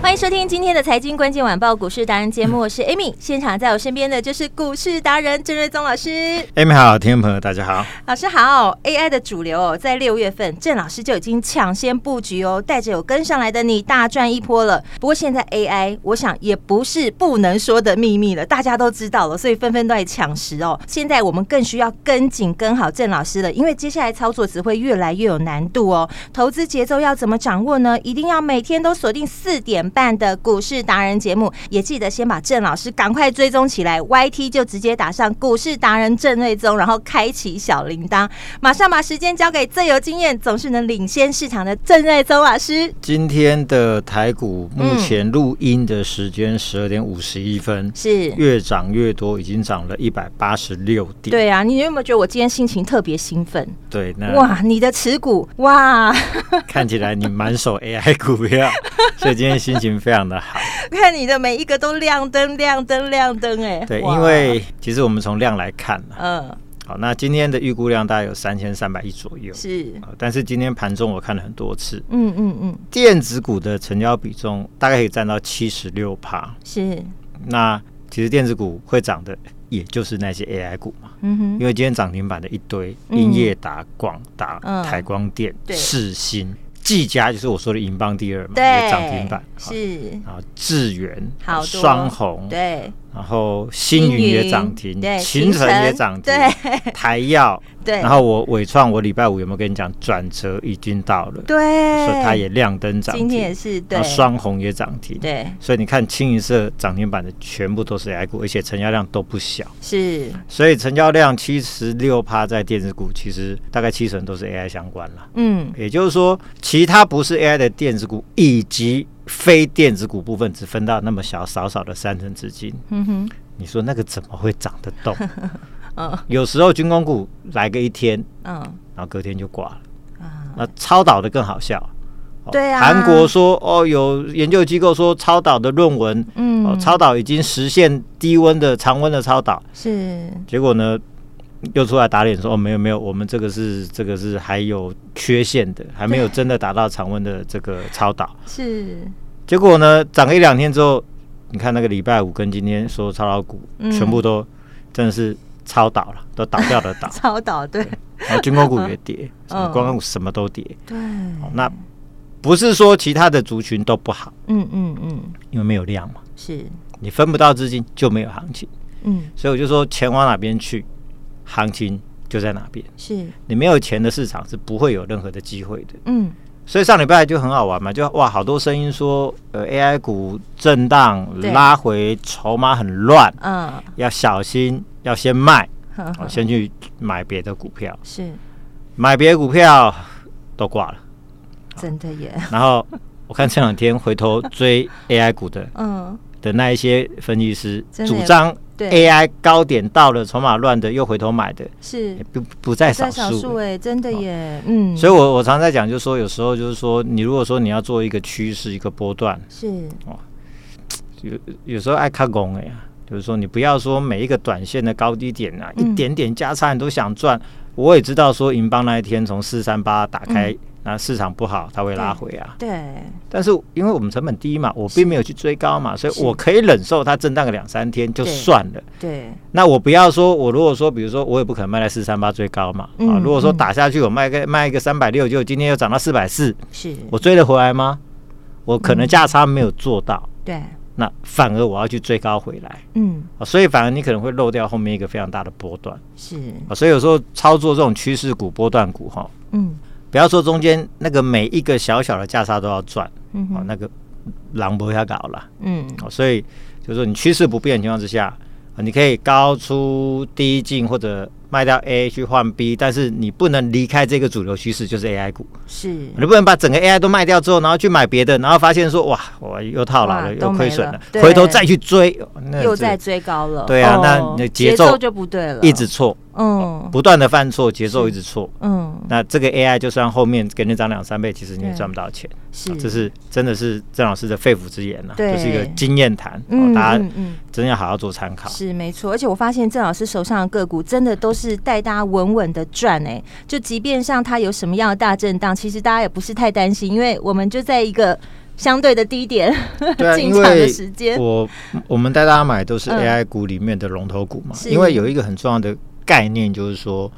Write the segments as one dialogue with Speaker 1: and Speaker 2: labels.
Speaker 1: 欢迎收听今天的财经关键晚报股市达人节目，我是 Amy，现场在我身边的就是股市达人郑瑞宗老师。
Speaker 2: Amy 好，听众朋友大家好。
Speaker 1: 老师好，AI 的主流哦，在六月份，郑老师就已经抢先布局哦，带着有跟上来的你大赚一波了。不过现在 AI，我想也不是不能说的秘密了，大家都知道了，所以纷纷都在抢食哦。现在我们更需要跟紧跟好郑老师了，因为接下来操作只会越来越有难度哦。投资节奏要怎么掌握呢？一定要每天都锁定四点半的股市达人节目，也记得先把郑老师赶快追踪起来，YT 就直接打上股市达人郑瑞宗，然后开启小铃铛，马上把时间交给最有经验、总是能领先市场的郑瑞宗老师。
Speaker 2: 今天的台股目前录音的时间十二点五十一分，
Speaker 1: 是，
Speaker 2: 越涨越多，已经涨了一百八十六点。
Speaker 1: 对啊，你有没有觉得我今天心情特别兴奋？
Speaker 2: 对那
Speaker 1: 哇，你的持股哇，
Speaker 2: 看起来你满手 AI 股票，所以今天心情非常的好。
Speaker 1: 看你的每一个都亮灯、亮灯、亮灯，哎，
Speaker 2: 对，
Speaker 1: 哇
Speaker 2: 因为其实我们从量来看啊
Speaker 1: 嗯
Speaker 2: 好，那今天的预估量大概有三千三百亿左右。
Speaker 1: 是，
Speaker 2: 啊但是今天盘中我看了很多次，
Speaker 1: 嗯嗯嗯
Speaker 2: 电子股的成交比重大概可以占到七十六趴。
Speaker 1: 是，
Speaker 2: 那其实电子股会涨的，也就是那些 AI 股嘛。
Speaker 1: 嗯哼
Speaker 2: 因为今天涨停板的一堆，
Speaker 1: 嗯
Speaker 2: 英业达、广达、
Speaker 1: 嗯
Speaker 2: 台光电、
Speaker 1: 对
Speaker 2: 世新、技嘉，就是我说的银邦第二嘛，
Speaker 1: 对，
Speaker 2: 也涨停板。
Speaker 1: 是，
Speaker 2: 啊，智源、
Speaker 1: 好多
Speaker 2: 双红，
Speaker 1: 对
Speaker 2: 然后星云也涨
Speaker 1: 星云
Speaker 2: 停
Speaker 1: 对，
Speaker 2: 秦城也涨停
Speaker 1: 秦，
Speaker 2: 台药，
Speaker 1: 对
Speaker 2: 然后我伟创，我礼拜五有没有跟你讲转折已经到了？
Speaker 1: 对，
Speaker 2: 所以它也亮灯涨
Speaker 1: 今天也
Speaker 2: 停，
Speaker 1: 是对
Speaker 2: 然后双红也涨停，
Speaker 1: 对
Speaker 2: 所以你看清一色涨停板的全部都是 AI 股，而且成交量都不小。
Speaker 1: 是
Speaker 2: 所以成交量七十六趴在电子股，其实大概七成都是 AI 相关了。
Speaker 1: 嗯
Speaker 2: 也就是说，其他不是 AI 的电子股以及非电子股部分，只分到那么小少少的三成资金，
Speaker 1: 嗯哼
Speaker 2: 你说那个怎么会涨得动？
Speaker 1: 嗯
Speaker 2: 有时候军工股来个一天，
Speaker 1: 嗯
Speaker 2: 然后隔天就挂了。
Speaker 1: 啊
Speaker 2: 那超导的更好笑。哦
Speaker 1: 对啊
Speaker 2: 韩国说哦，有研究机构说超导的论文，
Speaker 1: 嗯
Speaker 2: 哦，超导已经实现低温的常温的超导，
Speaker 1: 是
Speaker 2: 结果呢，又出来打脸说：“哦，没有没有，我们这个是这个是还有缺陷的，还没有真的达到常温的这个超导。
Speaker 1: 是”
Speaker 2: 结果呢，涨了一两天之后，你看那个礼拜五跟今天说超导股、
Speaker 1: 嗯，
Speaker 2: 全部都真的是超导了，都倒掉的 倒
Speaker 1: 超导对
Speaker 2: 然后军工股也跌，什么
Speaker 1: 嗯
Speaker 2: 光股什么都跌。
Speaker 1: 对，
Speaker 2: 哦那不是说其他的族群都不好，
Speaker 1: 嗯嗯嗯
Speaker 2: 因为没有量嘛，
Speaker 1: 是
Speaker 2: 你分不到资金就没有行情，
Speaker 1: 嗯
Speaker 2: 所以我就说钱往哪边去，行情就在哪边。
Speaker 1: 是
Speaker 2: 你没有钱的市场是不会有任何的机会的。
Speaker 1: 嗯
Speaker 2: 所以上礼拜就很好玩嘛，就哇，好多声音说，呃，AI 股震荡
Speaker 1: 对
Speaker 2: 拉回，筹码很乱，
Speaker 1: 嗯
Speaker 2: 要小心，要先卖，
Speaker 1: 呵
Speaker 2: 哦
Speaker 1: 呵
Speaker 2: 先去买别的股票，
Speaker 1: 是
Speaker 2: 买别的股票都挂了。
Speaker 1: 真的耶，
Speaker 2: 然后我看这两天回头追 AI 股的
Speaker 1: 嗯
Speaker 2: 的那一些分析师，
Speaker 1: 真的
Speaker 2: 主张
Speaker 1: 对
Speaker 2: AI 高点到了，筹码乱的又回头买的，也
Speaker 1: 是。
Speaker 2: 不不在
Speaker 1: 在
Speaker 2: 少
Speaker 1: 少
Speaker 2: 数
Speaker 1: 数。哎，真的耶，嗯，
Speaker 2: 所以我我常在讲，就是说，有时候就是说，你如果说你要做一个趋势、一个波段，
Speaker 1: 是
Speaker 2: 有有时候爱看拱哎呀，就是说你不要说每一个短线的高低点啊，
Speaker 1: 嗯
Speaker 2: 一点点加差你都想赚。我也知道说银邦那一天从四三八打开，那、市场不好，它会拉回啊。
Speaker 1: 嗯对，
Speaker 2: 但是因为我们成本低嘛，我并没有去追高嘛，所以
Speaker 1: 是
Speaker 2: 我可以忍受它震荡个两三天就
Speaker 1: 对
Speaker 2: 算了。
Speaker 1: 对，
Speaker 2: 那我不要说，我如果说，比如说，我也不可能卖在四三八最高嘛、啊。
Speaker 1: 嗯
Speaker 2: 如果说
Speaker 1: 嗯
Speaker 2: 打下去，我卖个卖一个三百六，就今天又涨到四百四，
Speaker 1: 是，
Speaker 2: 我追得回来吗？我可能价差没有做到，
Speaker 1: 对，
Speaker 2: 那反而我要去追高回来、
Speaker 1: 嗯，
Speaker 2: 啊所以反而你可能会漏掉后面一个非常大的波段、
Speaker 1: 是，
Speaker 2: 啊所以有时候操作这种趋势股、波段股哈，
Speaker 1: 嗯
Speaker 2: 不要说中间那个每一个小小的价差都要赚，
Speaker 1: 嗯
Speaker 2: 哦、
Speaker 1: 哼
Speaker 2: 那个狼不要搞了、
Speaker 1: 嗯，
Speaker 2: 哦所以就是说你趋势不变的情况之下，啊你可以高出低进或者卖掉 A 去换 B，但是你不能离开这个主流趋势，就是 AI 股。
Speaker 1: 是
Speaker 2: 你不能把整个 AI 都卖掉之后，然后去买别的，然后发现说哇，我又套牢
Speaker 1: 哇
Speaker 2: 了，
Speaker 1: 都
Speaker 2: 又
Speaker 1: 没
Speaker 2: 亏损
Speaker 1: 了
Speaker 2: 了，
Speaker 1: 对
Speaker 2: 回头再去追，哦那
Speaker 1: 又
Speaker 2: 这
Speaker 1: 在追高了，
Speaker 2: 对啊
Speaker 1: 哦
Speaker 2: 那你的
Speaker 1: 节
Speaker 2: 节奏
Speaker 1: 就不对了，
Speaker 2: 一直错，
Speaker 1: 嗯
Speaker 2: 不断的犯错，节奏一直错。
Speaker 1: 嗯
Speaker 2: 那这个 AI 就算后面给你涨两三倍，其实你也
Speaker 1: 对
Speaker 2: 赚不到钱。啊
Speaker 1: 是，
Speaker 2: 这是真的是郑老师的肺腑之言呐、
Speaker 1: 对
Speaker 2: 就是一个经验谈，
Speaker 1: 嗯
Speaker 2: 哦，大家
Speaker 1: 嗯嗯
Speaker 2: 真要好好做参考。
Speaker 1: 是没错，而且我发现郑老师手上的个股真的都是带大家稳稳的赚哎、就即便像它有什么样的大震荡，其实大家也不是太担心，因为我们就在一个相对的低点
Speaker 2: 对 啊，
Speaker 1: 进
Speaker 2: 因
Speaker 1: 场的
Speaker 2: 为
Speaker 1: 时间，
Speaker 2: 我我们带大家买都是
Speaker 1: 嗯
Speaker 2: AI 股里面的龙头股嘛，
Speaker 1: 是
Speaker 2: 因为有一个很重要的概念就是说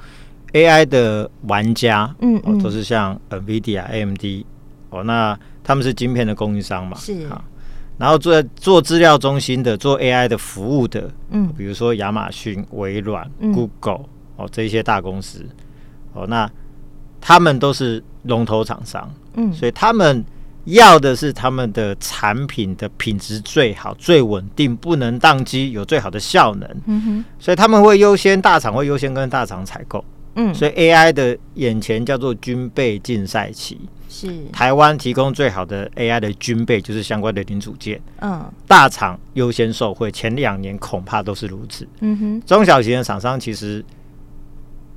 Speaker 2: ，AI 的玩家，
Speaker 1: 嗯
Speaker 2: 哦
Speaker 1: 嗯，
Speaker 2: 都是像 NVIDIA、AMD，哦，那他们是晶片的供应商嘛，
Speaker 1: 是
Speaker 2: 啊，然后做做资料中心的、做 AI 的服务的，
Speaker 1: 嗯
Speaker 2: 比如说亚马逊、微软、
Speaker 1: 嗯
Speaker 2: Google 哦这一些大公司，哦，那他们都是龙头厂商，
Speaker 1: 嗯
Speaker 2: 所以他们要的是他们的产品的品质最好、最稳定，不能宕机，有最好的效能，
Speaker 1: 嗯哼
Speaker 2: 所以他们会优先大厂会优先跟大厂采购，
Speaker 1: 嗯，
Speaker 2: 所以 AI 的眼前叫做军备竞赛期，
Speaker 1: 是
Speaker 2: 台湾提供最好的 AI 的军备就是相关的零组件，
Speaker 1: 嗯
Speaker 2: 大厂优先受惠，前两年恐怕都是如此。
Speaker 1: 嗯哼
Speaker 2: 中小型的厂商其实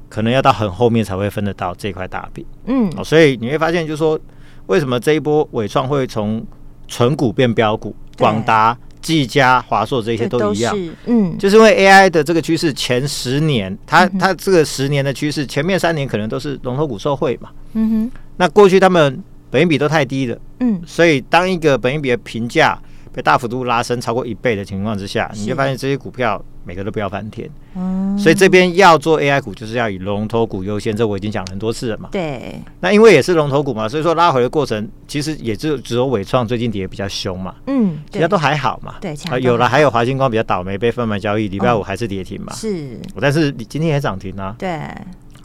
Speaker 2: 可能要到很后面才会分得到这块大饼、
Speaker 1: 嗯
Speaker 2: 哦，所以你会发现，就是说为什么这一波伟创会从纯股变标股，
Speaker 1: 对
Speaker 2: 广达、技嘉、华硕这些
Speaker 1: 对
Speaker 2: 都一样。
Speaker 1: 是嗯
Speaker 2: 就是因为 AI 的这个趋势，前十年它
Speaker 1: 嗯哼
Speaker 2: 它这个十年的趋势，前面三年可能都是龙头股受惠嘛。
Speaker 1: 嗯哼
Speaker 2: 那过去他们本益比都太低了，
Speaker 1: 嗯
Speaker 2: 所以当一个本益比的评价被大幅度拉升超过一倍的情况之下，
Speaker 1: 是
Speaker 2: 你就发现这些股票每个都不要翻天。
Speaker 1: 嗯，
Speaker 2: 所以这边要做 AI 股，就是要以龙头股优先，这我已经讲了很多次了嘛。
Speaker 1: 对
Speaker 2: 那因为也是龙头股嘛，所以说拉回的过程，其实也就只有伟创最近跌比较凶嘛，
Speaker 1: 嗯
Speaker 2: 其他都还好嘛。
Speaker 1: 对其他
Speaker 2: 啊
Speaker 1: 都
Speaker 2: 有了，
Speaker 1: 还
Speaker 2: 还有华星光比较倒霉被贩卖交易，礼拜五还是跌停嘛。
Speaker 1: 哦是
Speaker 2: 但是你今天也涨停啊，
Speaker 1: 对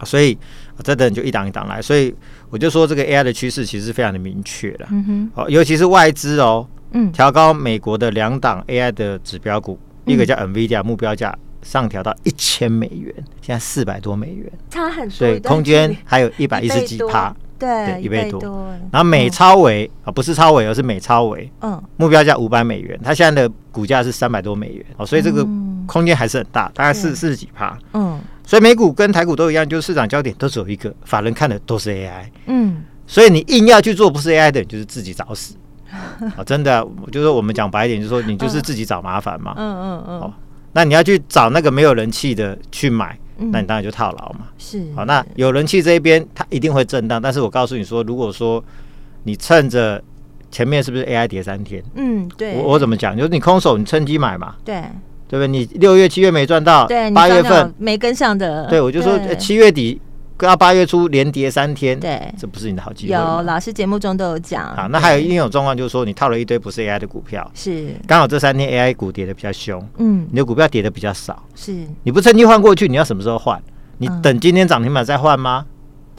Speaker 2: 所以啊这等就一档一档来，所以我就说这个 AI 的趋势其实是非常的明确的。
Speaker 1: 嗯哼
Speaker 2: 哦，尤其是外资哦，
Speaker 1: 嗯
Speaker 2: 调高美国的两档 AI 的指标股，一个叫
Speaker 1: 嗯
Speaker 2: NVIDIA，目标价上调到一千美元，现在四百多美元，
Speaker 1: 差很
Speaker 2: 所
Speaker 1: 多哦
Speaker 2: 以
Speaker 1: 一段距离，
Speaker 2: 空间还有一百一十
Speaker 1: 倍
Speaker 2: 几
Speaker 1: 多嗯
Speaker 2: 趴。
Speaker 1: 对
Speaker 2: 对一倍多
Speaker 1: 多
Speaker 2: 然后美超维啊，不是超维，而是美超维，
Speaker 1: 嗯
Speaker 2: 目标价五百美元，它现在的股价是三百多美元，哦，所以这个
Speaker 1: 嗯
Speaker 2: 空间还是很大，大概
Speaker 1: 对
Speaker 2: 四四十几趴。
Speaker 1: 嗯
Speaker 2: 所以美股跟台股都一样，就是市场焦点都只有一个，法人看的都是 AI。
Speaker 1: 嗯
Speaker 2: 所以你硬要去做不是 AI 的，你就是自己找 死啊！真的，我就说我们讲白一点，就是说你就是自己找麻烦嘛。
Speaker 1: 嗯嗯嗯
Speaker 2: 哦，那你要去找那个没有人气的去买，
Speaker 1: 嗯
Speaker 2: 那你当然就套牢嘛。
Speaker 1: 是
Speaker 2: 好，那有人气这一边它一定会震荡，但是我告诉你说，如果说你趁着前面是不是 AI 跌三天，
Speaker 1: 嗯对，
Speaker 2: 我我怎么讲？就是你空手，你趁机买嘛，
Speaker 1: 对
Speaker 2: 对不对？你六月、七月没赚到
Speaker 1: 对，，你
Speaker 2: 八月
Speaker 1: 刚刚
Speaker 2: 份，
Speaker 1: 没跟上的，
Speaker 2: 对我就说呃七月底跟到八月初连跌三天，
Speaker 1: 对
Speaker 2: 这不是你的好机会吗。
Speaker 1: 有老师节目中都有讲
Speaker 2: 好，那还有一种状况就是说，你套了一堆不是 AI 的股票，
Speaker 1: 是
Speaker 2: 刚好这三天 AI 股跌的比较凶，
Speaker 1: 嗯
Speaker 2: 你的股票跌的比较少，
Speaker 1: 是
Speaker 2: 你不趁机换过去，你要什么时候换？你
Speaker 1: 嗯
Speaker 2: 等今天涨停板再换吗？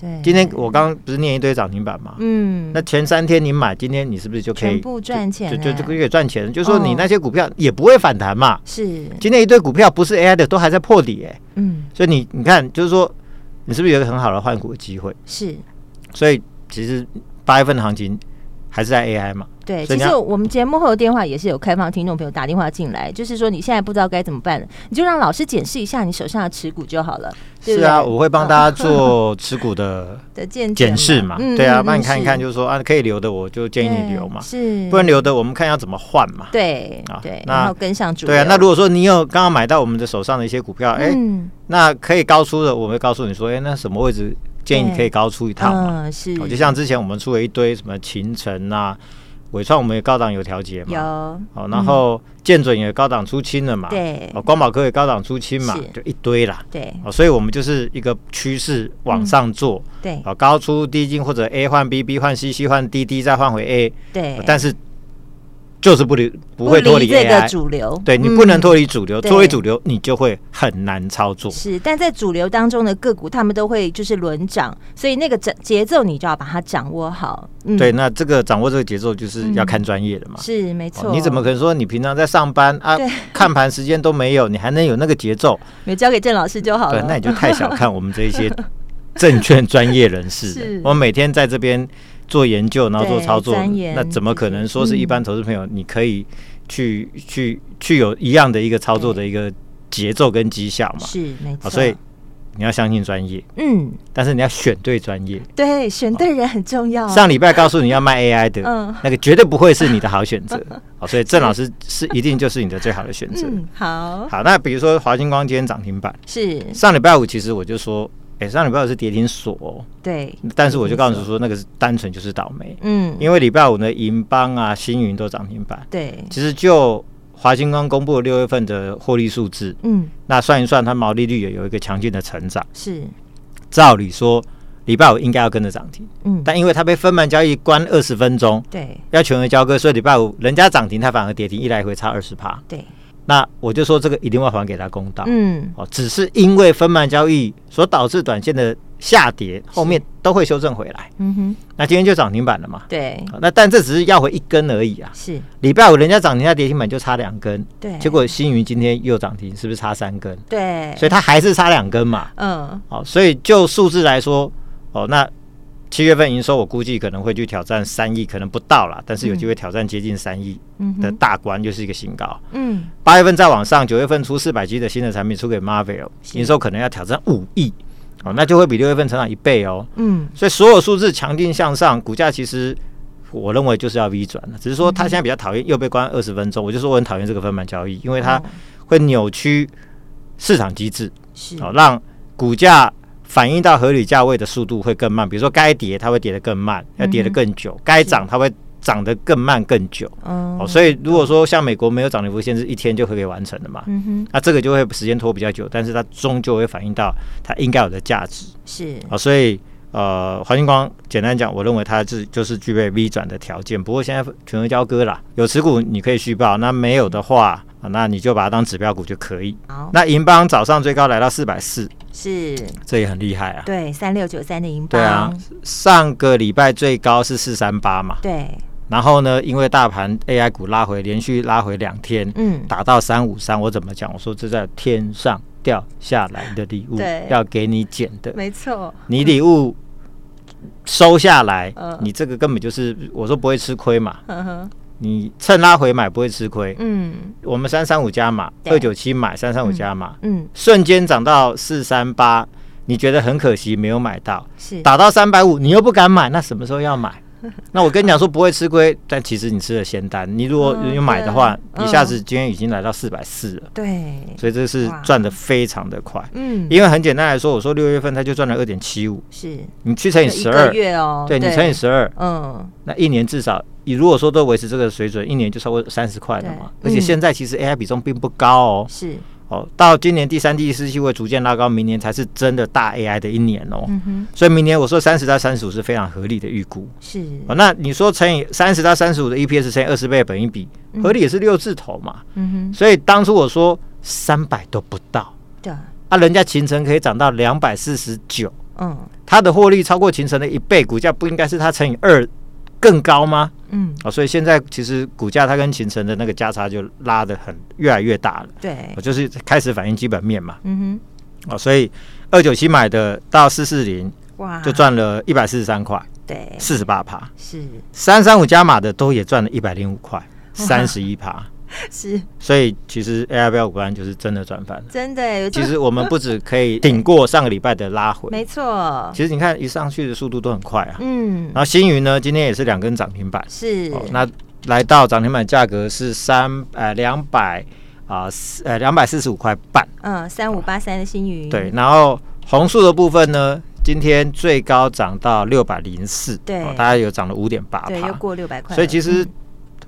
Speaker 1: 对，
Speaker 2: 今天我刚刚不是念一堆涨停板吗？
Speaker 1: 嗯
Speaker 2: 那前三天你买，今天你是不是就可以
Speaker 1: 全部赚钱
Speaker 2: 就就就
Speaker 1: 欸
Speaker 2: 可以赚钱，就说你
Speaker 1: 嗯
Speaker 2: 那些股票也不会反弹嘛。
Speaker 1: 是
Speaker 2: 今天一堆股票不是 AI 的都还在破底哎、
Speaker 1: 嗯
Speaker 2: 所以你你看，就是说你是不是有一个很好的换股的机会？
Speaker 1: 是。
Speaker 2: 所以其实八月份的行情还是在 AI 嘛。
Speaker 1: 对，
Speaker 2: 所
Speaker 1: 其
Speaker 2: 以你
Speaker 1: 实
Speaker 2: 要
Speaker 1: 我们节目后的电话也是有开放听众朋友打电话进来，就是说你现在不知道该怎么办，你就让老师检视一下你手上的持股就好了，对不
Speaker 2: 是
Speaker 1: 对
Speaker 2: 啊，我会帮大家做持 股的
Speaker 1: 的见
Speaker 2: 检视嘛，
Speaker 1: 嗯
Speaker 2: 对啊，帮你看一看，
Speaker 1: 就
Speaker 2: 就是说啊，可以留的我就建议你留嘛，
Speaker 1: 是
Speaker 2: 不能留的我们看要怎么换嘛。
Speaker 1: 对
Speaker 2: 啊
Speaker 1: 对，
Speaker 2: 那
Speaker 1: 然后跟上主流
Speaker 2: 对啊，那如果说你有刚刚买到我们的手上的一些股票，哎，
Speaker 1: 嗯
Speaker 2: 那可以高出的，我会告诉你说，哎，那什么位置建议
Speaker 1: 对
Speaker 2: 你可以高出一趟嘛？
Speaker 1: 嗯是，
Speaker 2: 哦就像之前我们出了一堆什么秦城啊、伟创，我们也高档有调节
Speaker 1: 有
Speaker 2: 嘛，哦，然后建准也高档出清了嘛，
Speaker 1: 对
Speaker 2: 哦，光宝科也高档出清嘛
Speaker 1: 是，
Speaker 2: 就一堆啦。
Speaker 1: 对
Speaker 2: 哦，所以我们就是一个趋势往上做，
Speaker 1: 嗯对
Speaker 2: 啊，高出低进或者 A 换 B，B 换 C，C 换 D，D 再换回 A，
Speaker 1: 对，
Speaker 2: 但是就是不离不会脱离
Speaker 1: 这个
Speaker 2: AI，
Speaker 1: 主流，
Speaker 2: 对你
Speaker 1: 嗯
Speaker 2: 不能脱离主流，
Speaker 1: 对
Speaker 2: 脱离主流你就会很难操作。
Speaker 1: 嗯是，但在主流当中的个股，他们都会就是轮涨，所以那个节节奏你就要把它掌握好。嗯
Speaker 2: 对，，那这个掌握这个节奏就是要看专业的嘛。
Speaker 1: 是没错、
Speaker 2: 哦你怎么可能说你平常在上班啊
Speaker 1: 对，
Speaker 2: 看盘时间都没有，你还能有那个节奏？
Speaker 1: 没交给郑老师就好
Speaker 2: 对
Speaker 1: 了，？
Speaker 2: 那你就太小看我们这一 些证券专业人士
Speaker 1: 是
Speaker 2: 了。我们每天在这边做研究，然后做操作
Speaker 1: 对钻研，嗯
Speaker 2: 那怎么可能说
Speaker 1: 这
Speaker 2: 是
Speaker 1: 些
Speaker 2: 一般投资朋友你可以去去去有一样的一个操作的一个节奏跟绩效嘛？
Speaker 1: 是没错、
Speaker 2: 啊，所以你要相信专业，
Speaker 1: 嗯，
Speaker 2: 但是你要选对专业。
Speaker 1: 对，选对人很重要。
Speaker 2: 上礼拜告诉你要卖 AI 的，
Speaker 1: 哦嗯
Speaker 2: 那个绝对不会是你的好选 择。好，所以郑老师是一定就是你的最好的选择。
Speaker 1: 嗯，好，
Speaker 2: 好，那比如说华星光今天涨停板，
Speaker 1: 是
Speaker 2: 上礼拜五其实我就说，哎、上礼拜五是跌停锁哦、
Speaker 1: 对，
Speaker 2: 但是我就告诉你说，那个是单纯就是倒霉，
Speaker 1: 嗯，
Speaker 2: 因为礼拜五呢，银邦啊、星云都涨停板。
Speaker 1: 对，
Speaker 2: 其实就华星光公布六月份的获利数字，
Speaker 1: 嗯，
Speaker 2: 那算一算，它毛利率也有一个强劲的成长，
Speaker 1: 是，
Speaker 2: 照理说礼拜五应该要跟着涨停，
Speaker 1: 嗯，
Speaker 2: 但因为它被分盘交易关二十分钟，
Speaker 1: 对
Speaker 2: 要全额交割，所以礼拜五人家涨停，它反而跌停，一来一回差二十趴。
Speaker 1: 对，
Speaker 2: 那我就说这个一定会还给他公道。
Speaker 1: 嗯，
Speaker 2: 哦，只是因为分盘交易所导致短线的下跌，后面都会修正回来。
Speaker 1: 嗯哼，
Speaker 2: 那今天就涨停板了嘛？
Speaker 1: 对，
Speaker 2: 好那但这只是要回一根而已啊。
Speaker 1: 是，
Speaker 2: 礼拜五人家涨停，它跌停板就差两根，
Speaker 1: 对，
Speaker 2: 结果星云今天又涨停，是不是差三根？
Speaker 1: 对，
Speaker 2: 所以它还是差两根嘛。
Speaker 1: 嗯，
Speaker 2: 哦，所以就数字来说，哦，那七月份营收我估计可能会去挑战三亿，可能不到啦，但是有机会挑战接近三亿
Speaker 1: 嗯
Speaker 2: 的
Speaker 1: 哼，
Speaker 2: 大关，又是一个新高。
Speaker 1: 嗯，
Speaker 2: 八月份再往上，九月份出四百 G 的新的产品出给 Marvel，
Speaker 1: 是
Speaker 2: 营收可能要挑战五亿，哦，那就会比六月份成长一倍哦。
Speaker 1: 嗯，
Speaker 2: 所以所有数字强劲向上，股价其实我认为就是要 V 转了，只
Speaker 1: 嗯
Speaker 2: 是说它现在比较讨厌又被关二十分钟，我就说我很讨厌这个分盘交易，因为它
Speaker 1: 哦
Speaker 2: 会扭曲市场机制，
Speaker 1: 是，
Speaker 2: 哦，让股价反映到合理价位的速度会更慢。比如说该跌它会跌得更
Speaker 1: 嗯
Speaker 2: 慢，要跌得更久；该涨它会涨得更慢更久。
Speaker 1: 嗯
Speaker 2: 哦，所以如果说像美国没有涨跌幅限制，一天就可以完成的嘛，
Speaker 1: 嗯哼，
Speaker 2: 那这个就会时间拖比较久，但是它终究会反映到它应该有的价值
Speaker 1: 是，
Speaker 2: 啊、哦所以呃，华星光简单讲，我认为它是就是具备 V 转的条件，不过现在全额交割啦，有持股你可以续报，那没有的话。啊那你就把它当指标股就可以。
Speaker 1: 好，
Speaker 2: 那银邦早上最高来到四百四，
Speaker 1: 是
Speaker 2: 这也很厉害啊。
Speaker 1: 对三六九三的银
Speaker 2: 对啊
Speaker 1: 邦，
Speaker 2: 上个礼拜最高是四三八嘛，
Speaker 1: 对，
Speaker 2: 然后呢，因为大盘 AI 股拉回，连续拉回两天，
Speaker 1: 嗯，
Speaker 2: 打到三五三，我怎么讲？我说这在天上掉下来的礼物
Speaker 1: 对，
Speaker 2: 要给你捡的。
Speaker 1: 没错，
Speaker 2: 你礼物收下来，
Speaker 1: 嗯
Speaker 2: 你这个根本就是我说不会吃亏嘛。
Speaker 1: 呵呵，
Speaker 2: 你趁拉回买不会吃亏。
Speaker 1: 嗯
Speaker 2: 我们三三五加码，
Speaker 1: 对
Speaker 2: 二九七买，三三五加码，
Speaker 1: 嗯，
Speaker 2: 瞬间涨到四三八，你觉得很可惜没有买到，
Speaker 1: 是，
Speaker 2: 打到三百五你又不敢买，那什么时候 要买？那我跟你讲说不会吃亏，但其实你吃了仙丹，你如果
Speaker 1: 嗯
Speaker 2: 有买的话，
Speaker 1: 对
Speaker 2: 一下子今天已经来到四百四了。
Speaker 1: 对，
Speaker 2: 所以这是
Speaker 1: 哇
Speaker 2: 赚的非常的快。
Speaker 1: 嗯，
Speaker 2: 因为很简单来说，我说六月份它就赚了二点七五，
Speaker 1: 是
Speaker 2: 你去乘以
Speaker 1: 有一
Speaker 2: 十
Speaker 1: 个
Speaker 2: 二，
Speaker 1: 月哦，
Speaker 2: 对你乘以十二，
Speaker 1: 嗯，
Speaker 2: 那一年至少你如果说都维持这个水准，一年就超过三十块了嘛。
Speaker 1: 对
Speaker 2: 而且现在其实 AI 比重并不高哦，
Speaker 1: 是，
Speaker 2: 哦，到今年第三季、第四季会逐渐拉高，明年才是真的大 AI 的一年哦。
Speaker 1: 嗯哼，
Speaker 2: 所以明年我说三十到三十五是非常合理的预估。
Speaker 1: 是
Speaker 2: 哦，，那你说乘以三十到三十五的 EPS 乘以二十倍的本一比，合理也是六字头嘛。
Speaker 1: 嗯
Speaker 2: 所以当初我说三百都不到。
Speaker 1: 哼，对，
Speaker 2: 啊，人家秦城可以涨到两百四十九，
Speaker 1: 嗯
Speaker 2: 它的获利超过秦城的一倍，股价不应该是它乘以二更高吗？
Speaker 1: 嗯，
Speaker 2: 啊、所以现在其实股价它跟秦城的那个价差就拉得很越来越大了，
Speaker 1: 对
Speaker 2: 我，就是开始反映基本面嘛。
Speaker 1: 嗯
Speaker 2: 啊、所以二九七买的到四四零
Speaker 1: 哼，哇，
Speaker 2: 就赚了一百四十三块，
Speaker 1: 啊对，
Speaker 2: 四十八趴；
Speaker 1: 是
Speaker 2: 三三五加码的都也赚了一百零五块，三十一趴。
Speaker 1: 是
Speaker 2: 所以其实 AI 标股班就是真的赚翻 了。
Speaker 1: 真的，有这
Speaker 2: 其实我们不止可以顶过上个礼拜的拉回，
Speaker 1: 没错，
Speaker 2: 其实你看一上去的速度都很快啊。
Speaker 1: 嗯
Speaker 2: 然，后星云呢，今天也是两根涨停板，
Speaker 1: 是，
Speaker 2: 哦，那来到涨停板价格是三呃两百啊四呃两百四十五块半，
Speaker 1: 嗯，三五八三的星云，
Speaker 2: 对。然后红树的部分呢，今天最高涨到六百零四，哦
Speaker 1: 对
Speaker 2: 大概有涨了五点八
Speaker 1: 对，又
Speaker 2: 趴，
Speaker 1: 过六百块了，
Speaker 2: 所以其实。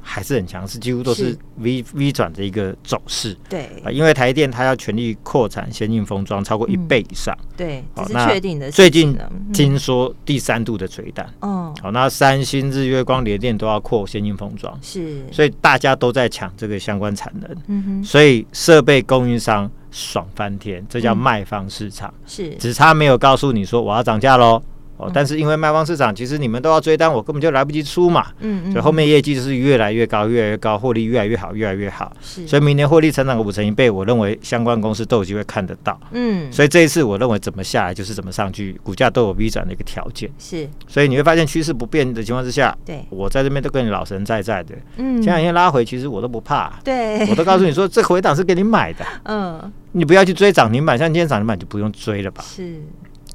Speaker 2: 还是很强势，几乎都是
Speaker 1: 嗯是
Speaker 2: V V 转的一个走势
Speaker 1: 对
Speaker 2: 啊、因为台电它要全力扩产先进封装，超过一
Speaker 1: 嗯
Speaker 2: 倍以上。
Speaker 1: 对，这
Speaker 2: 好
Speaker 1: 是
Speaker 2: 那
Speaker 1: 确定的嗯事
Speaker 2: 最近
Speaker 1: 情了。
Speaker 2: 听说第三度的垂弹，
Speaker 1: 嗯，哦，
Speaker 2: 好、那三星、日月光、联电都要扩先进封装，
Speaker 1: 是，
Speaker 2: 所以大家都在抢这个相关产能，
Speaker 1: 嗯哼，
Speaker 2: 所以设备供应商爽翻天，这叫
Speaker 1: 嗯
Speaker 2: 卖方市场，
Speaker 1: 是，
Speaker 2: 只差没有告诉你说我要涨价喽。哦，
Speaker 1: 嗯
Speaker 2: 但是因为卖方市场，其实你们都要追单，我根本就来不及出嘛，
Speaker 1: 嗯
Speaker 2: 所以后面业绩就是越来越高，越来越高，获利越来越好，越来越好。
Speaker 1: 是，
Speaker 2: 所以明年获利成长个五成一倍，我认为相关公司都有机会看得到。
Speaker 1: 嗯，
Speaker 2: 所以这一次我认为怎么下来就是怎么上去，股价都有 V 转的一个条件。
Speaker 1: 是
Speaker 2: 所以你会发现趋势不变的情况之下，
Speaker 1: 对，
Speaker 2: 我在这边都跟你老神在在的，
Speaker 1: 嗯
Speaker 2: 前两天拉回其实我都不怕，
Speaker 1: 对
Speaker 2: 我，都告诉你说这回档是给你买的，
Speaker 1: 嗯，
Speaker 2: 你不要去追涨停板，像今天涨停板就不用追了吧。
Speaker 1: 是，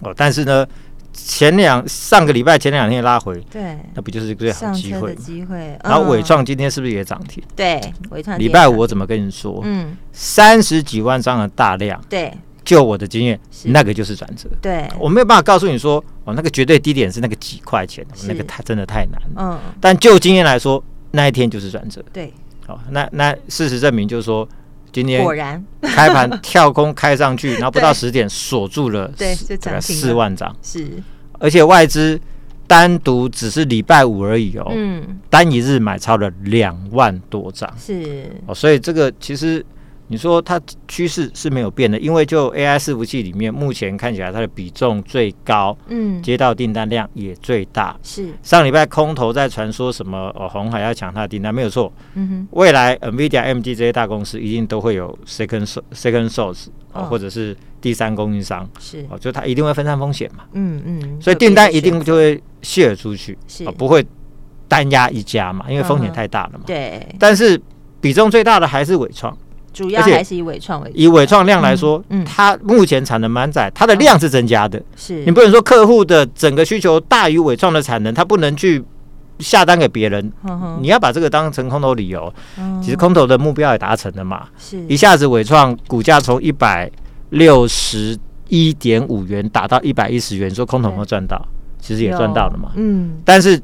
Speaker 2: 哦，但是呢，前两上个礼拜前两天拉回，
Speaker 1: 对，
Speaker 2: 那不就是一个最好
Speaker 1: 上
Speaker 2: 的机
Speaker 1: 车的
Speaker 2: 会？
Speaker 1: 机会，
Speaker 2: 然后
Speaker 1: 嗯
Speaker 2: 伟创今天是不是也涨停？
Speaker 1: 对伟创
Speaker 2: 礼
Speaker 1: 跌
Speaker 2: 拜
Speaker 1: 了
Speaker 2: 五我怎么跟你说？
Speaker 1: 嗯，
Speaker 2: 三十几万张的大量，
Speaker 1: 对
Speaker 2: 就我的经验，
Speaker 1: 是哎
Speaker 2: 那个就是转折。
Speaker 1: 对，
Speaker 2: 我没有办法告诉你说，哦，那个绝对低点是那个几块钱，哦那
Speaker 1: 是
Speaker 2: 个太真的太难了。
Speaker 1: 嗯，
Speaker 2: 但就经验来说，那一天就是转折。
Speaker 1: 对，
Speaker 2: 好、那那事实证明就是说，今天
Speaker 1: 果然
Speaker 2: 开盘跳空开上去，然后 不到十点锁住了
Speaker 1: 对
Speaker 2: 四，
Speaker 1: 就
Speaker 2: 大概
Speaker 1: 涨停了
Speaker 2: 四万张，
Speaker 1: 是，
Speaker 2: 而且外资单独只是礼拜五而已哦，
Speaker 1: 嗯，
Speaker 2: 单一日买超了两万多张
Speaker 1: 是，
Speaker 2: 哦，所以这个其实。你说它趋势是没有变的，因为就 AI 伺服器里面，目前看起来它的比重最高，
Speaker 1: 嗯，
Speaker 2: 接到订单量也最大。
Speaker 1: 是，
Speaker 2: 上礼拜空头在传说什么哦，红海要抢它的订单，没有错，
Speaker 1: 嗯
Speaker 2: 未来 NVIDIA、AMD 这些大公司一定都会有 second so- second source
Speaker 1: 哦
Speaker 2: 哦，或者是第三供应商
Speaker 1: 哼，是，
Speaker 2: 哦，就它一定会分散风险嘛，
Speaker 1: 嗯嗯，
Speaker 2: 所以
Speaker 1: 有别
Speaker 2: 订
Speaker 1: 的
Speaker 2: 单一
Speaker 1: 选
Speaker 2: 定就会 share 出去，
Speaker 1: 是
Speaker 2: 哦不会单压一家嘛，因为风
Speaker 1: 嗯
Speaker 2: 险
Speaker 1: 哼
Speaker 2: 太大了嘛。
Speaker 1: 对，
Speaker 2: 但是比重最大的还是伟创，
Speaker 1: 主要
Speaker 2: 而且
Speaker 1: 还是以伟创为主，
Speaker 2: 以伟创量来说，
Speaker 1: 嗯嗯嗯
Speaker 2: 它目前产能满载，它的量是增加的，
Speaker 1: 是，
Speaker 2: 你不能说客户的整个需求大于伟创的产能，它不能去下单给别人。
Speaker 1: 哼哼，
Speaker 2: 你要把这个当成空头理由，
Speaker 1: 嗯
Speaker 2: 其实空头的目标也达成了嘛，
Speaker 1: 是
Speaker 2: 一下子伟创股价从一百六十一点五元打到一百一十元，说空头有没有赚到？其实也赚到了嘛
Speaker 1: 有。嗯，
Speaker 2: 但是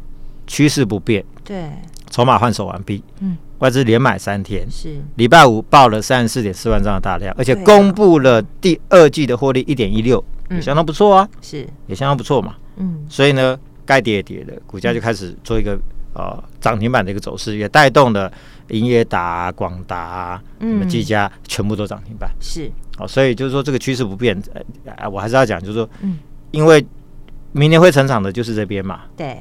Speaker 2: 趋势不变，
Speaker 1: 对，
Speaker 2: 筹码换手完毕，
Speaker 1: 嗯
Speaker 2: 外资连买三天，
Speaker 1: 是，
Speaker 2: 礼拜五报了三十四点四万张的大量，而且
Speaker 1: 对啊
Speaker 2: 公布了第二季的获利一点一六，
Speaker 1: 嗯
Speaker 2: 也相当不错啊，
Speaker 1: 是，
Speaker 2: 也相当不错嘛。
Speaker 1: 嗯，
Speaker 2: 所以呢，该跌也跌了，股价就开始做一个呃涨停板的一个走势，也带动了营业达、广达、什么
Speaker 1: 嗯
Speaker 2: 技嘉全部都涨停板。
Speaker 1: 是，
Speaker 2: 哦，所以就是说这个趋势不变，呃，啊我还是要讲，就是说，
Speaker 1: 嗯
Speaker 2: 因为明年会成长的就是这边嘛，
Speaker 1: 对，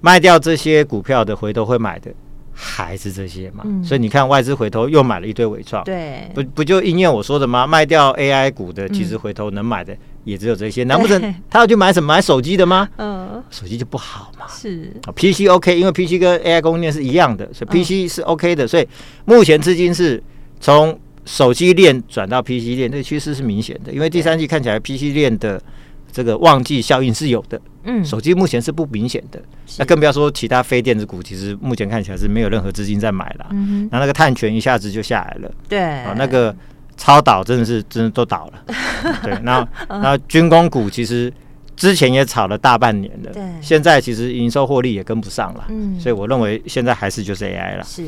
Speaker 2: 卖掉这些股票的回头会买的还是这些嘛，
Speaker 1: 嗯
Speaker 2: 所以你看外资回头又买了一堆伟创，
Speaker 1: 对，
Speaker 2: 不不就应验我说的吗？卖掉 AI 股的，其实
Speaker 1: 哎嗯
Speaker 2: 回头能买的也只有这些，难 不成他要去买什么？买手机的吗？
Speaker 1: 嗯，
Speaker 2: 手机就不好嘛。
Speaker 1: 是，
Speaker 2: 啊 PC OK，因为 PC 跟 AI 供应链是一样的，
Speaker 1: 嗯
Speaker 2: 所以 PC 是 OK 的，所以目前资金是从手机链转到 PC 链，这个趋势是明显的。因为第三季看起来 PC 链的这个旺季效应是有的，
Speaker 1: 嗯，
Speaker 2: 手机目前是不明显的，
Speaker 1: 是
Speaker 2: 那更不要说其他非电子股，其实目前看起来是没有任何资金在买啦。
Speaker 1: 嗯
Speaker 2: 那那个碳权一下子就下来了，
Speaker 1: 哼，对，
Speaker 2: 啊，那个超导真的是真的都倒 了，对，那
Speaker 1: 嗯
Speaker 2: 那军工股其实之前也炒了大半年了
Speaker 1: 对，
Speaker 2: 现在其实营收获利也跟不上了，
Speaker 1: 嗯
Speaker 2: 所以我认为现在还是就是 AI 了。
Speaker 1: 是，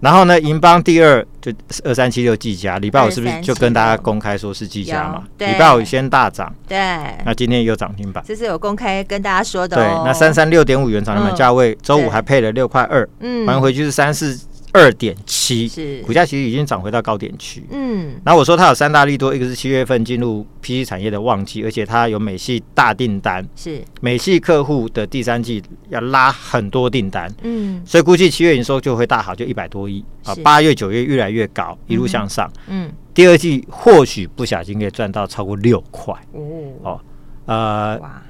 Speaker 2: 然后呢，银邦第二就二三七六技嘉，礼拜五是不是
Speaker 1: 2376
Speaker 2: 就跟大家公开说是技嘉嘛？
Speaker 1: 有
Speaker 2: 礼拜五先大涨，
Speaker 1: 对，
Speaker 2: 那今天又涨停板。
Speaker 1: 这是有公开跟大家说的
Speaker 2: 对
Speaker 1: 哦。，
Speaker 2: 那三，三六点五元涨停
Speaker 1: 嗯
Speaker 2: 板价位，周
Speaker 1: 对
Speaker 2: 五还配了六块二，
Speaker 1: 嗯
Speaker 2: 还回去是三四二点七，
Speaker 1: 是
Speaker 2: 股价其实已经涨回到高点区。
Speaker 1: 嗯，
Speaker 2: 然后我说它有三大利多，一个是七月份进入 PC 产业的旺季，而且它有美系大订单，
Speaker 1: 是，
Speaker 2: 美系客户的第三季要拉很多订单，
Speaker 1: 嗯
Speaker 2: 所以估计七月营收就会大好，就一百多亿啊
Speaker 1: 是。
Speaker 2: 八月、九月越来越高，一路向上。
Speaker 1: 嗯，
Speaker 2: 第二季或许不小心可以赚到超过六块，
Speaker 1: 哦，
Speaker 2: 哦呃，
Speaker 1: 哇，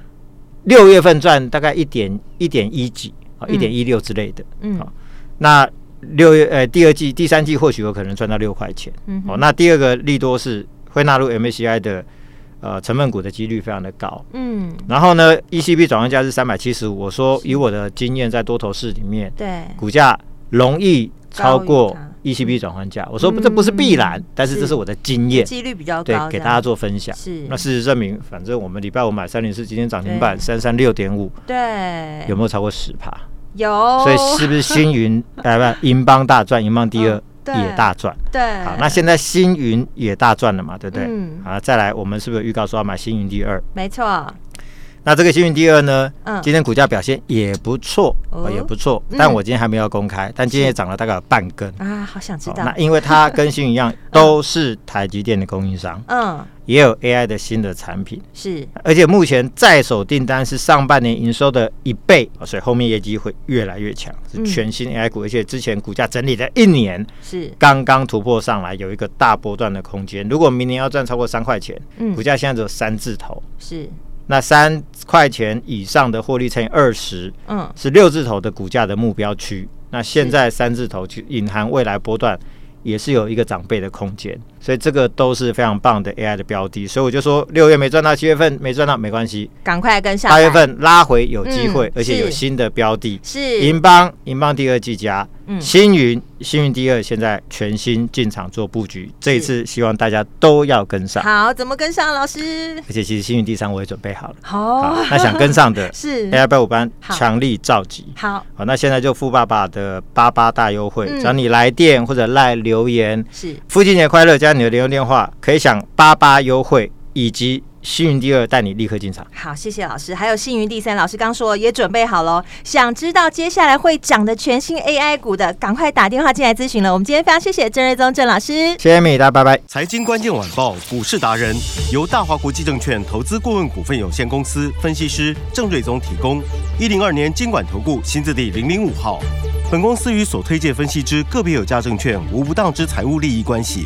Speaker 2: 六月份赚大概一点一点一几啊，
Speaker 1: 嗯
Speaker 2: 一点一六之类的。
Speaker 1: 嗯
Speaker 2: 好那六月呃第二季、第三季或许有可能赚到六块钱。
Speaker 1: 嗯哼
Speaker 2: 哦，那第二个利多是会纳入 MACI 的呃成分股的几率非常的高。
Speaker 1: 嗯，
Speaker 2: 然后呢，ECB 转换价是三百七十五。我说以我的经验，在多头市里面，
Speaker 1: 对，
Speaker 2: 股价容易超过
Speaker 1: 高
Speaker 2: ECB 转换价。我说
Speaker 1: 嗯
Speaker 2: 这不是必然，但是
Speaker 1: 是
Speaker 2: 这是我的经验，
Speaker 1: 几率比较
Speaker 2: 对
Speaker 1: 高，，
Speaker 2: 给大家做分享。
Speaker 1: 是
Speaker 2: 那事实证明，反正我们礼拜五买三零四，今天涨停板
Speaker 1: 对
Speaker 2: 三三六点五，
Speaker 1: 对，哦
Speaker 2: 有没有超过十趴？
Speaker 1: 有，
Speaker 2: 所以是不是星云 呃不银邦大赚，银邦第二
Speaker 1: 嗯对
Speaker 2: 也大赚。
Speaker 1: 对，
Speaker 2: 好，那现在星云也大赚了嘛，对不对？
Speaker 1: 嗯
Speaker 2: 好，再来我们是不是有预告说要买星云第二？
Speaker 1: 没错，
Speaker 2: 那这个星云第二呢？
Speaker 1: 嗯
Speaker 2: 今天股价表现也不错，
Speaker 1: 哦
Speaker 2: 哦，也不错
Speaker 1: 嗯。
Speaker 2: 但我今天还没有公开，但今天也涨了大概有半根。
Speaker 1: 啊，好想知
Speaker 2: 好
Speaker 1: 道，
Speaker 2: 那因为它跟星云一样，都是台积电的供 应商，
Speaker 1: 嗯，
Speaker 2: 也有 AI 的新的产品，
Speaker 1: 是
Speaker 2: 而且目前在手订单是上半年营收的一倍，哦所以后面业绩会越来越强，是
Speaker 1: 嗯
Speaker 2: 全新 AI 股，而且之前股价整理了一年，
Speaker 1: 是，
Speaker 2: 刚刚突破上来，有一个大波段的空间。如果明年要赚超过三块钱，
Speaker 1: 嗯
Speaker 2: 股，价现在只有三字头，
Speaker 1: 是，
Speaker 2: 那三块钱以上的获利乘以二十，
Speaker 1: 嗯，
Speaker 2: 是六字头的股价的目标区。那现在三字头去隐含未来波段，也是有一个长辈的空间，所以这个都是非常棒的 AI 的标的。所以我就说，六月没赚到，七月份没赚到没关系，
Speaker 1: 赶快跟上来，
Speaker 2: 八月份拉回有机会，
Speaker 1: 嗯
Speaker 2: 而且有
Speaker 1: 是
Speaker 2: 新的标的。
Speaker 1: 是，
Speaker 2: 银邦，银邦第二季加，
Speaker 1: 嗯
Speaker 2: 星云，星云第二现在全新进场做布局，这一次希望大家都要跟上。
Speaker 1: 好，怎么跟上老师？
Speaker 2: 而且其实星云第三我也准备好了，好
Speaker 1: 哦，
Speaker 2: 那想跟上 的
Speaker 1: 是
Speaker 2: AI 八五班
Speaker 1: 好
Speaker 2: 强力召集。
Speaker 1: 好，
Speaker 2: 好，那现在就富爸爸的八八大优惠，
Speaker 1: 嗯
Speaker 2: 只要你来电或者赖留言，
Speaker 1: 是
Speaker 2: 父亲节快乐加你的留言电话，可以享八八优惠以及星云第二带你立刻进场。
Speaker 1: 好，谢谢老师。还有幸运第三，老师刚说也准备好喽。想知道接下来会涨的全新 AI 股的，赶快打电话进来咨询了。我们今天非常谢谢郑瑞宗郑老师。
Speaker 2: 谢谢米大，拜拜。
Speaker 3: 财经关键晚报股市达人，由大华国际证券投资顾问股份有限公司分析师郑瑞宗提供。一零二年经管投顾新字第零零五号。本公司与所推介分析之个别有价证券无不当之财务利益关系。